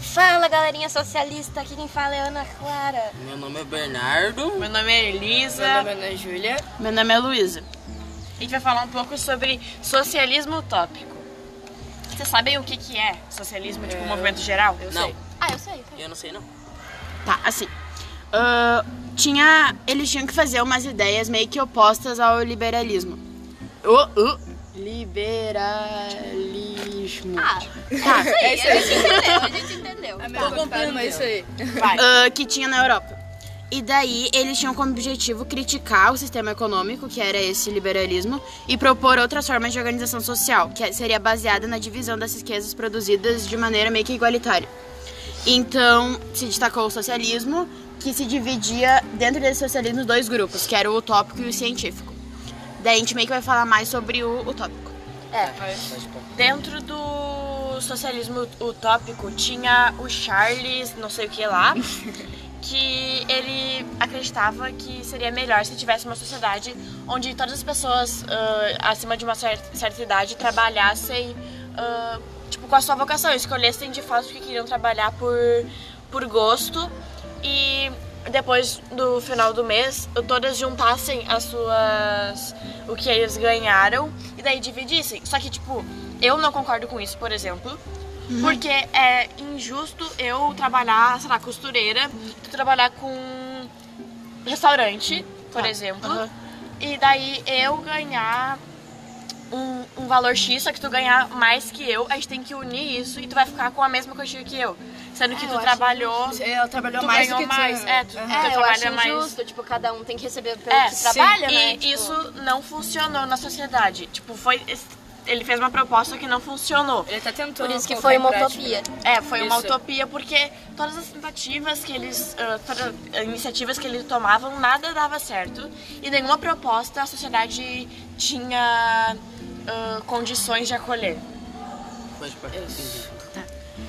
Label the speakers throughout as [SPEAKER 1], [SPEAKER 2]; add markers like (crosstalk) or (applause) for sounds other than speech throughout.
[SPEAKER 1] Fala galerinha socialista, aqui quem fala é Ana Clara.
[SPEAKER 2] Meu nome é Bernardo.
[SPEAKER 3] Meu nome é Elisa.
[SPEAKER 1] é Júlia.
[SPEAKER 3] Meu nome é Luísa. A gente vai falar um pouco sobre socialismo utópico. Vocês sabem o que, que é socialismo, tipo, movimento geral? Eu
[SPEAKER 2] Não,
[SPEAKER 1] Ah, eu sei. eu sei.
[SPEAKER 2] eu não sei não.
[SPEAKER 4] Tá, assim. ah, tinha, eles tinham que fazer umas ideias meio que opostas ao liberalismo. Oh, oh. Liberalismo.
[SPEAKER 1] Ah,
[SPEAKER 4] tá.
[SPEAKER 1] é isso aí. A gente entendeu, a gente entendeu. (laughs) Tá.
[SPEAKER 5] Tô comprando, é isso aí.
[SPEAKER 3] Vai.
[SPEAKER 4] Ah, que tinha na Europa. E daí eles tinham como objetivo criticar o sistema econômico, que era esse liberalismo, e propor outras formas de organização social, que é, seria baseada na divisão das riquezas produzidas de maneira meio que igualitária. Então se destacou o socialismo, que se dividia dentro desse socialismo em dois grupos, que era o utópico e o científico. Daí a gente meio que vai falar mais sobre o utópico.
[SPEAKER 1] É.
[SPEAKER 3] Dentro do socialismo utópico tinha o Charles, não sei o que lá, que ele acreditava que seria melhor se tivesse uma sociedade onde todas as pessoas ah, acima de uma cer- certa idade trabalhassem ah, tipo com a sua vocação, escolhessem de fato o que queriam trabalhar por, por gosto e depois do final do mês todas juntassem as suas o que eles ganharam e daí dividissem. Só que tipo, eu não concordo com isso, por exemplo. Porque é injusto eu trabalhar, sei lá, costureira, tu trabalhar com restaurante, por exemplo,
[SPEAKER 4] Aham.
[SPEAKER 3] e daí eu ganhar um, um valor X, só que tu ganhar mais que eu, a gente tem que unir isso e tu vai ficar com a mesma quantia que eu. Sendo que
[SPEAKER 1] É, eu
[SPEAKER 3] tu
[SPEAKER 1] acho
[SPEAKER 3] trabalhou.
[SPEAKER 5] Ela trabalhou
[SPEAKER 3] Tu
[SPEAKER 5] mais
[SPEAKER 3] ganhou
[SPEAKER 5] do que
[SPEAKER 3] mais,
[SPEAKER 5] tu.
[SPEAKER 3] é, tu-
[SPEAKER 5] Aham.
[SPEAKER 1] É, eu
[SPEAKER 3] trabalha
[SPEAKER 1] acho
[SPEAKER 3] mais.
[SPEAKER 1] injusto, tipo, cada um tem que receber pelo
[SPEAKER 3] É,
[SPEAKER 1] que
[SPEAKER 3] sim.
[SPEAKER 1] trabalha,
[SPEAKER 3] e
[SPEAKER 1] né? Tipo,
[SPEAKER 3] isso não funcionou na sociedade. Tipo, foi. Ele fez uma proposta que não funcionou.
[SPEAKER 5] Ele tá tentando.
[SPEAKER 1] Por isso que
[SPEAKER 5] colocar
[SPEAKER 1] foi
[SPEAKER 5] em
[SPEAKER 1] uma
[SPEAKER 5] prática.
[SPEAKER 1] utopia.
[SPEAKER 3] É, foi uma
[SPEAKER 5] Isso.
[SPEAKER 3] utopia porque todas as tentativas que eles, ah, todas as iniciativas que eles tomavam, nada dava certo e nenhuma proposta a sociedade tinha ah, condições de acolher.
[SPEAKER 2] Pode pode- entendi.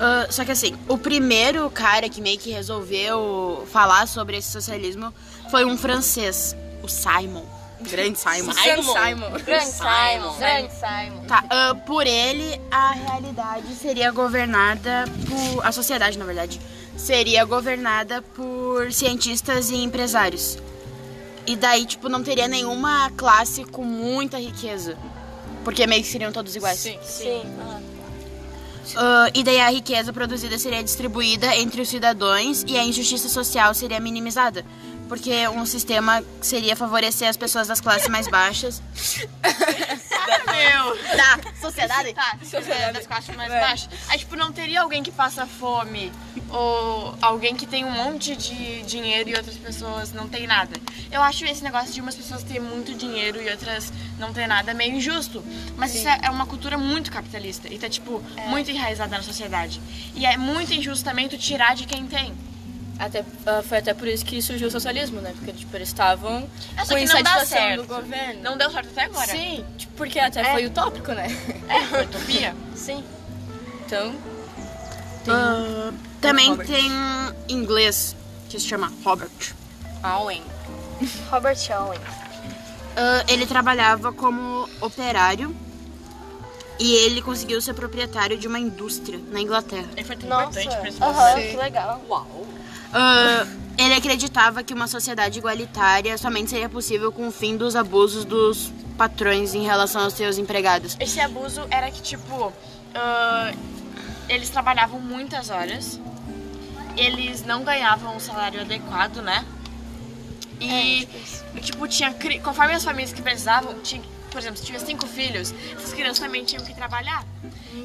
[SPEAKER 4] Ah, só que assim, o primeiro cara que meio que resolveu falar sobre esse socialismo foi um francês, o Simon. Um Grande Simon.
[SPEAKER 5] Sam Simon.
[SPEAKER 1] Grande Simon. Grande Simon.
[SPEAKER 4] Tá, ah, por ele, a realidade seria governada por. A sociedade, na verdade, seria governada por cientistas e empresários. E daí, tipo, não teria nenhuma classe com muita riqueza. Porque meio que seriam todos iguais.
[SPEAKER 1] Sim.
[SPEAKER 4] Ah, e daí a riqueza produzida seria distribuída entre os cidadãos e a injustiça social seria minimizada. Porque um sistema seria favorecer as pessoas das classes mais baixas.
[SPEAKER 3] Meu!
[SPEAKER 4] (laughs) Da sociedade?
[SPEAKER 3] Tá,
[SPEAKER 5] Sociedade. É.
[SPEAKER 3] das classes mais
[SPEAKER 5] Vai.
[SPEAKER 3] baixas. Aí, tipo, não teria alguém que passa fome ou alguém que tem um monte de dinheiro e outras pessoas não tem nada. Eu acho esse negócio de umas pessoas ter muito dinheiro e outras não ter nada meio injusto. Mas isso é é uma cultura muito capitalista e tá, tipo,
[SPEAKER 5] É.
[SPEAKER 3] muito enraizada na sociedade. E é muito injusto também tu tirar de quem tem.
[SPEAKER 5] Até, ah, foi até por isso que surgiu o socialismo, né? Porque tipo, eles estavam
[SPEAKER 3] É, só
[SPEAKER 5] com
[SPEAKER 3] que não dá
[SPEAKER 5] insatisfação
[SPEAKER 3] certo.
[SPEAKER 5] do governo.
[SPEAKER 3] Não deu certo até agora.
[SPEAKER 5] Sim, tipo, porque até foi utópico, né?
[SPEAKER 3] É,
[SPEAKER 5] (laughs)
[SPEAKER 3] utopia.
[SPEAKER 1] Sim.
[SPEAKER 5] Então,
[SPEAKER 4] Ah, também
[SPEAKER 5] Robert.
[SPEAKER 4] tem um inglês que se chama Robert.
[SPEAKER 5] Owen.
[SPEAKER 1] Robert Owen.
[SPEAKER 4] Ah, ele trabalhava como operário e ele conseguiu ser proprietário de uma indústria na Inglaterra.
[SPEAKER 3] Ele foi tão
[SPEAKER 1] Nossa.
[SPEAKER 3] importante pra esse
[SPEAKER 1] Aham,
[SPEAKER 5] Sim.
[SPEAKER 1] que legal.
[SPEAKER 4] Ah, ele acreditava que uma sociedade igualitária somente seria possível com o fim dos abusos dos patrões em relação aos seus empregados.
[SPEAKER 3] Esse abuso era que, tipo, ah, eles trabalhavam muitas horas, eles não ganhavam um salário adequado, né?
[SPEAKER 1] É,
[SPEAKER 3] E, tipo, tinha. cri- Conforme as famílias que precisavam, tinha, por exemplo, se tinha cinco filhos, essas crianças também tinham que trabalhar.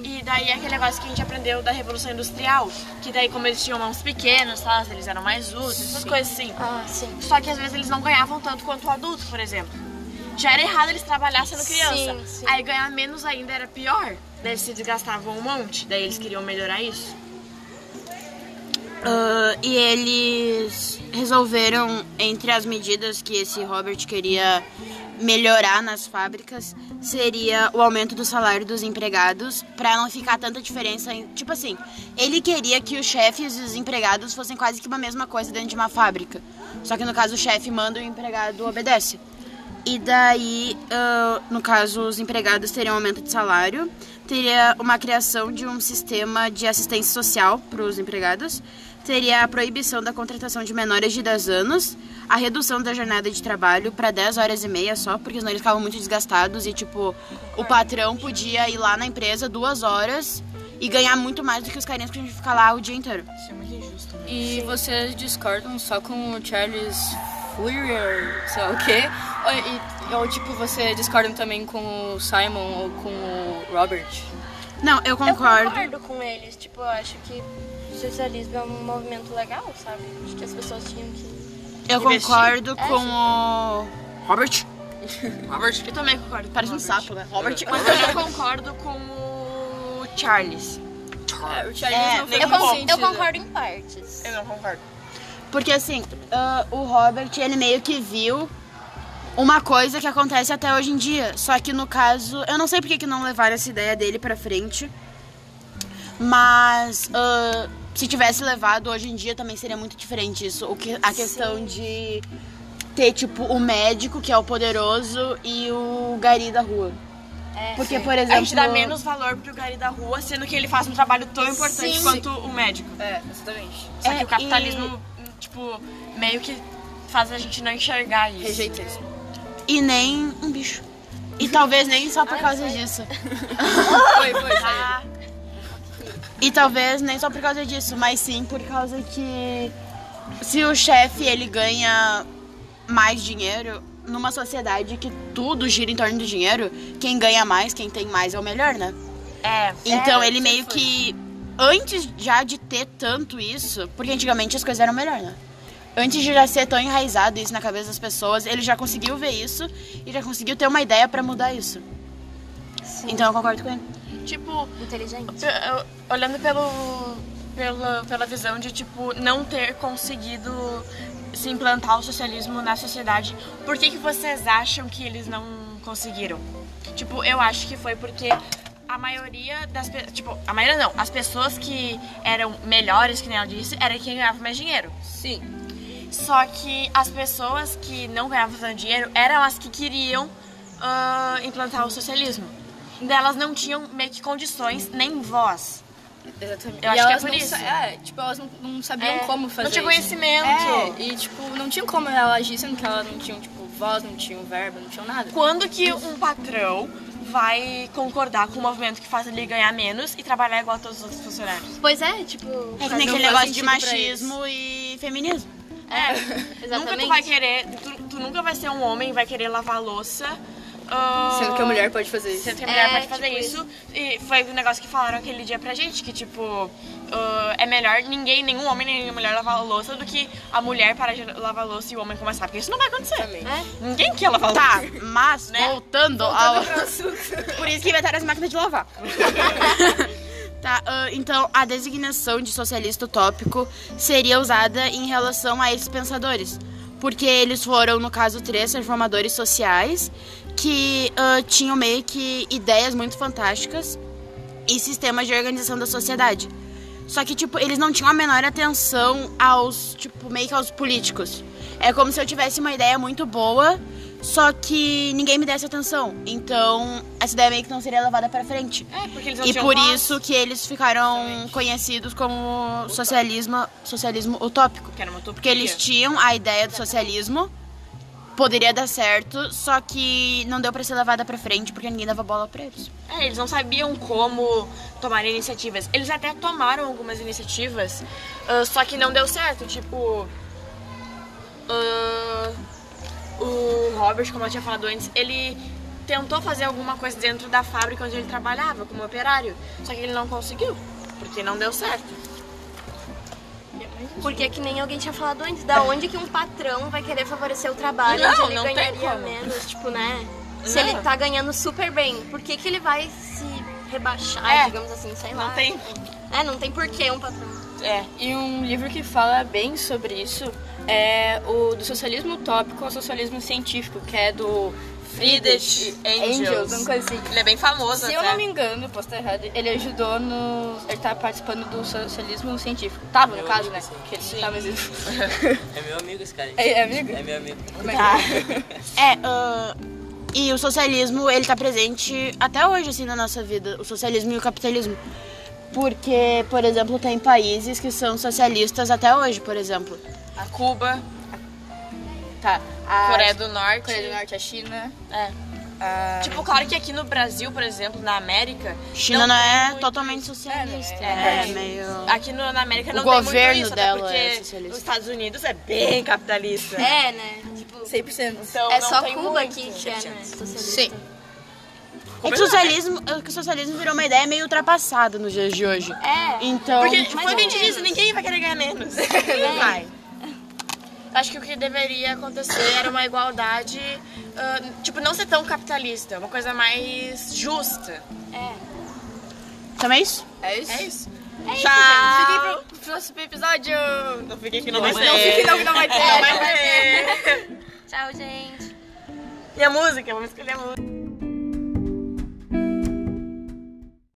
[SPEAKER 3] E daí é aquele negócio que a gente aprendeu da Revolução Industrial, que daí, como eles tinham mãos pequenas, tá, eles eram mais úteis, essas coisas assim.
[SPEAKER 1] Ah, sim.
[SPEAKER 3] Só que às vezes eles não ganhavam tanto quanto o adulto, por exemplo. Já era errado eles trabalhar sendo criança.
[SPEAKER 1] Sim, sim.
[SPEAKER 3] Aí ganhar menos ainda era pior. Daí eles se desgastavam um monte. Daí eles queriam melhorar isso.
[SPEAKER 4] Ah, e eles resolveram, entre as medidas que esse Robert queria melhorar nas fábricas, seria o aumento do salário dos empregados, para não ficar tanta diferença. em- tipo assim, ele queria que os chefes e os empregados fossem quase que uma mesma coisa dentro de uma fábrica. Só que no caso o chefe manda e o empregado obedece. E daí, ah, no caso, os empregados teriam aumento de salário, teria uma criação de um sistema de assistência social para os empregados, teria a proibição da contratação de menores de 10 anos, a redução da jornada de trabalho para 10 horas e meia só, porque senão eles ficavam muito desgastados e, tipo, o patrão podia ir lá na empresa duas horas e ganhar muito mais do que os carinhas que a gente fica lá o dia inteiro.
[SPEAKER 3] Isso é muito injusto, né?
[SPEAKER 5] E vocês discordam só com o Charles Fourier, sei lá o quê? Ou, e- ou tipo, você discordam também com o Simon ou com o Robert?
[SPEAKER 4] Não, eu
[SPEAKER 1] Eu
[SPEAKER 4] concordo.
[SPEAKER 1] concordo com eles. Tipo, eu acho que o socialismo é um movimento legal, sabe? Acho que as pessoas tinham que.
[SPEAKER 4] Eu
[SPEAKER 3] Investir.
[SPEAKER 4] concordo
[SPEAKER 1] É,
[SPEAKER 4] com o. Robert?
[SPEAKER 2] Robert,
[SPEAKER 3] Eu também concordo. com
[SPEAKER 4] Parece um
[SPEAKER 3] Robert.
[SPEAKER 4] sapo, né? Robert.
[SPEAKER 3] Mas eu não concordo com o Charles.
[SPEAKER 5] É, o Charles
[SPEAKER 4] É,
[SPEAKER 5] não
[SPEAKER 3] nem
[SPEAKER 5] fez
[SPEAKER 1] Eu,
[SPEAKER 3] um pouco.
[SPEAKER 1] con-
[SPEAKER 5] muito
[SPEAKER 1] eu
[SPEAKER 5] sentido.
[SPEAKER 1] concordo em partes.
[SPEAKER 3] Eu não concordo.
[SPEAKER 4] Porque assim, ah, o Robert, ele meio que viu uma coisa que acontece até hoje em dia. Só que no caso, eu não sei porque que não levaram essa ideia dele pra frente. Mas ah, se tivesse levado hoje em dia também seria muito diferente isso. O que, a questão de ter, tipo, o médico, que é o poderoso, e o gari da rua.
[SPEAKER 1] É,
[SPEAKER 4] Porque, por
[SPEAKER 3] A
[SPEAKER 4] exemplo.
[SPEAKER 3] gente dá menos valor pro gari da rua, sendo que ele faz um trabalho tão importante
[SPEAKER 4] Sim.
[SPEAKER 3] quanto o médico.
[SPEAKER 5] É, exatamente.
[SPEAKER 3] Só
[SPEAKER 4] É,
[SPEAKER 3] que o capitalismo, tipo, meio que faz a gente não enxergar isso.
[SPEAKER 5] Rejeita isso.
[SPEAKER 4] E nem um bicho.
[SPEAKER 3] (laughs)
[SPEAKER 4] E talvez nem só por
[SPEAKER 3] é.
[SPEAKER 4] causa disso.
[SPEAKER 5] Foi, foi, saiu.
[SPEAKER 3] Ah,
[SPEAKER 4] E talvez nem só por causa disso, mas sim por causa que se o chefe ele ganha mais dinheiro numa sociedade que tudo gira em torno do dinheiro, quem ganha mais, quem tem mais é o melhor, né?
[SPEAKER 3] é.
[SPEAKER 4] Então
[SPEAKER 5] É,
[SPEAKER 4] ele meio
[SPEAKER 5] sempre
[SPEAKER 4] que antes já de ter tanto isso, porque antigamente as coisas eram melhor, né? Antes de já ser tão enraizado isso na cabeça das pessoas, ele já conseguiu ver isso e já conseguiu ter uma ideia pra mudar isso. Então eu concordo com ele.
[SPEAKER 3] Tipo,
[SPEAKER 1] Inteligente.
[SPEAKER 3] eu- eu- olhando pelo, pela, pela visão de, tipo, não ter conseguido se implantar o socialismo na sociedade, por que, que vocês acham que eles não conseguiram? Tipo, eu acho que foi porque a maioria das pessoas. Tipo, a maioria não. As pessoas que eram melhores, que nem ela disse, era quem ganhava mais dinheiro.
[SPEAKER 5] Sim.
[SPEAKER 3] Só que as pessoas que não ganhavam tanto dinheiro eram as que queriam ah, implantar o socialismo. Daí Elas não tinham meio que condições nem voz.
[SPEAKER 5] Exatamente.
[SPEAKER 3] Eu
[SPEAKER 5] e
[SPEAKER 3] acho que é
[SPEAKER 5] elas
[SPEAKER 3] por
[SPEAKER 5] não
[SPEAKER 3] isso.
[SPEAKER 5] sa- é, tipo, elas não, não sabiam
[SPEAKER 3] É,
[SPEAKER 5] como fazer
[SPEAKER 3] não tinha
[SPEAKER 5] isso.
[SPEAKER 3] conhecimento.
[SPEAKER 5] É, e tipo, não tinha como ela agir, sendo que ela não tinha, tipo, voz, não tinha verba, não tinha nada.
[SPEAKER 3] Quando que um patrão vai concordar com um movimento que faz ele ganhar menos e trabalhar igual a todos os outros funcionários?
[SPEAKER 1] Pois é, tipo.
[SPEAKER 4] É que
[SPEAKER 5] Mas
[SPEAKER 4] nem aquele
[SPEAKER 5] não faz um
[SPEAKER 4] negócio de
[SPEAKER 5] sentido pra eles.
[SPEAKER 4] machismo e feminismo.
[SPEAKER 1] É, exatamente.
[SPEAKER 3] Nunca tu vai querer, tu, tu nunca vai ser um homem e vai querer lavar a louça. ah,
[SPEAKER 5] Sendo que a mulher pode fazer isso.
[SPEAKER 3] Sendo que a mulher
[SPEAKER 1] É,
[SPEAKER 3] pode fazer
[SPEAKER 1] tipo
[SPEAKER 3] isso. E foi o negócio que falaram aquele dia pra gente, que tipo, ah, é melhor ninguém, nenhum homem, nenhuma mulher lavar a louça do que a mulher parar de lavar a louça e o homem começar, porque isso não vai acontecer.
[SPEAKER 5] Exatamente.
[SPEAKER 1] É.
[SPEAKER 3] Ninguém quer lavar a louça.
[SPEAKER 4] Tá, mas
[SPEAKER 3] Né?
[SPEAKER 4] voltando ao.
[SPEAKER 5] Assunto.
[SPEAKER 4] Por isso que inventaram as máquinas de lavar. (laughs) tá, ah, então a designação de socialista utópico seria usada em relação a esses pensadores. Porque eles foram, no caso, três reformadores sociais que ah, tinham meio que ideias muito fantásticas e sistemas de organização da sociedade. Só que, tipo, eles não tinham a menor atenção aos, tipo, meio que aos políticos. É como se eu tivesse uma ideia muito boa, só que ninguém me desse atenção. Então, essa ideia meio que não seria levada pra frente.
[SPEAKER 3] É, porque eles não
[SPEAKER 4] E
[SPEAKER 3] tinham
[SPEAKER 4] por
[SPEAKER 3] voz.
[SPEAKER 4] isso que eles ficaram conhecidos como socialismo, socialismo utópico.
[SPEAKER 3] Que era uma utopia.
[SPEAKER 4] Porque eles tinham a ideia do socialismo, poderia dar certo, só que não deu pra ser levada pra frente porque ninguém dava bola pra eles.
[SPEAKER 3] É, eles não sabiam como tomar iniciativas. Eles até tomaram algumas iniciativas, ah, só que não deu certo. Tipo. ah, o Robert, como eu tinha falado antes, ele tentou fazer alguma coisa dentro da fábrica onde ele trabalhava, como operário. Só que ele não conseguiu, porque não deu certo.
[SPEAKER 1] Porque é que nem alguém tinha falado antes, da onde que um patrão vai querer favorecer o trabalho
[SPEAKER 3] Não,
[SPEAKER 1] onde ele
[SPEAKER 3] não tem
[SPEAKER 1] ganharia
[SPEAKER 3] como.
[SPEAKER 1] menos, tipo, né? Se
[SPEAKER 3] Não.
[SPEAKER 1] ele tá ganhando super bem, por que, que ele vai se rebaixar,
[SPEAKER 3] É.
[SPEAKER 1] digamos assim, sei lá.
[SPEAKER 3] Não tem.
[SPEAKER 1] É, não tem porquê um patrão.
[SPEAKER 3] É.
[SPEAKER 5] E um livro que fala bem sobre isso é o do socialismo utópico ao socialismo científico, que é do
[SPEAKER 3] Friedrich Engels.
[SPEAKER 5] alguma coisa assim.
[SPEAKER 3] Ele é bem famoso,
[SPEAKER 5] Se
[SPEAKER 3] até.
[SPEAKER 5] eu não me engano, posso estar errado, ele ajudou no. Ele tá participando do socialismo científico. Tava, no
[SPEAKER 2] Eu
[SPEAKER 5] caso,
[SPEAKER 2] acho
[SPEAKER 5] né?
[SPEAKER 2] que sim.
[SPEAKER 5] Que ele tava existindo.
[SPEAKER 3] (laughs)
[SPEAKER 2] é meu amigo esse cara.
[SPEAKER 5] É- é amigo?
[SPEAKER 2] É meu amigo.
[SPEAKER 5] Como é que
[SPEAKER 4] É,
[SPEAKER 5] é?
[SPEAKER 4] ahn, E o socialismo, ele tá presente até hoje, assim, na nossa vida. O socialismo e o capitalismo. Porque, por exemplo, tem países que são socialistas até hoje, por exemplo.
[SPEAKER 3] A Cuba,
[SPEAKER 4] Tá. a-
[SPEAKER 3] Coreia do Norte.
[SPEAKER 5] Coreia do Norte, a China.
[SPEAKER 3] É.
[SPEAKER 5] a-
[SPEAKER 3] Tipo, claro que aqui no Brasil, por exemplo, na América.
[SPEAKER 4] China
[SPEAKER 3] não
[SPEAKER 4] não,
[SPEAKER 3] tem
[SPEAKER 4] é
[SPEAKER 3] muito-
[SPEAKER 4] totalmente socialista.
[SPEAKER 5] É,
[SPEAKER 4] né?
[SPEAKER 3] é.
[SPEAKER 4] é meio...
[SPEAKER 3] Aqui no- na América
[SPEAKER 4] O
[SPEAKER 3] não tem
[SPEAKER 4] governo
[SPEAKER 3] muito isso,
[SPEAKER 4] dela
[SPEAKER 3] até
[SPEAKER 4] é
[SPEAKER 3] porque
[SPEAKER 4] socialista.
[SPEAKER 3] os Estados Unidos é bem capitalista.
[SPEAKER 1] É, né? Tipo,
[SPEAKER 5] 100%.
[SPEAKER 3] Então
[SPEAKER 1] é
[SPEAKER 3] não
[SPEAKER 1] só
[SPEAKER 3] tem
[SPEAKER 1] Cuba
[SPEAKER 3] muito.
[SPEAKER 1] aqui que é, né? Socialista.
[SPEAKER 4] Sim. É que, o socialismo, é que o socialismo virou uma ideia meio ultrapassada nos dias de hoje.
[SPEAKER 1] É.
[SPEAKER 4] Então,
[SPEAKER 3] Porque
[SPEAKER 1] Mais
[SPEAKER 3] foi
[SPEAKER 1] ou
[SPEAKER 3] bem disso,
[SPEAKER 1] menos.
[SPEAKER 3] ninguém vai querer ganhar menos. Não vai. Acho que o que deveria acontecer era uma igualdade, ah, tipo, não ser tão capitalista, uma coisa mais justa.
[SPEAKER 1] É.
[SPEAKER 4] então é isso?
[SPEAKER 5] É isso?
[SPEAKER 3] É isso.
[SPEAKER 5] Fiquem
[SPEAKER 3] Tchau!
[SPEAKER 5] pro próximo episódio.
[SPEAKER 3] Não fiquei aqui, não vai É.
[SPEAKER 5] Não, fiquem não,
[SPEAKER 1] É,
[SPEAKER 5] não vai ter.
[SPEAKER 3] Não vai ter.
[SPEAKER 1] (laughs) Tchau, gente.
[SPEAKER 3] E a música? Vamos escolher a música.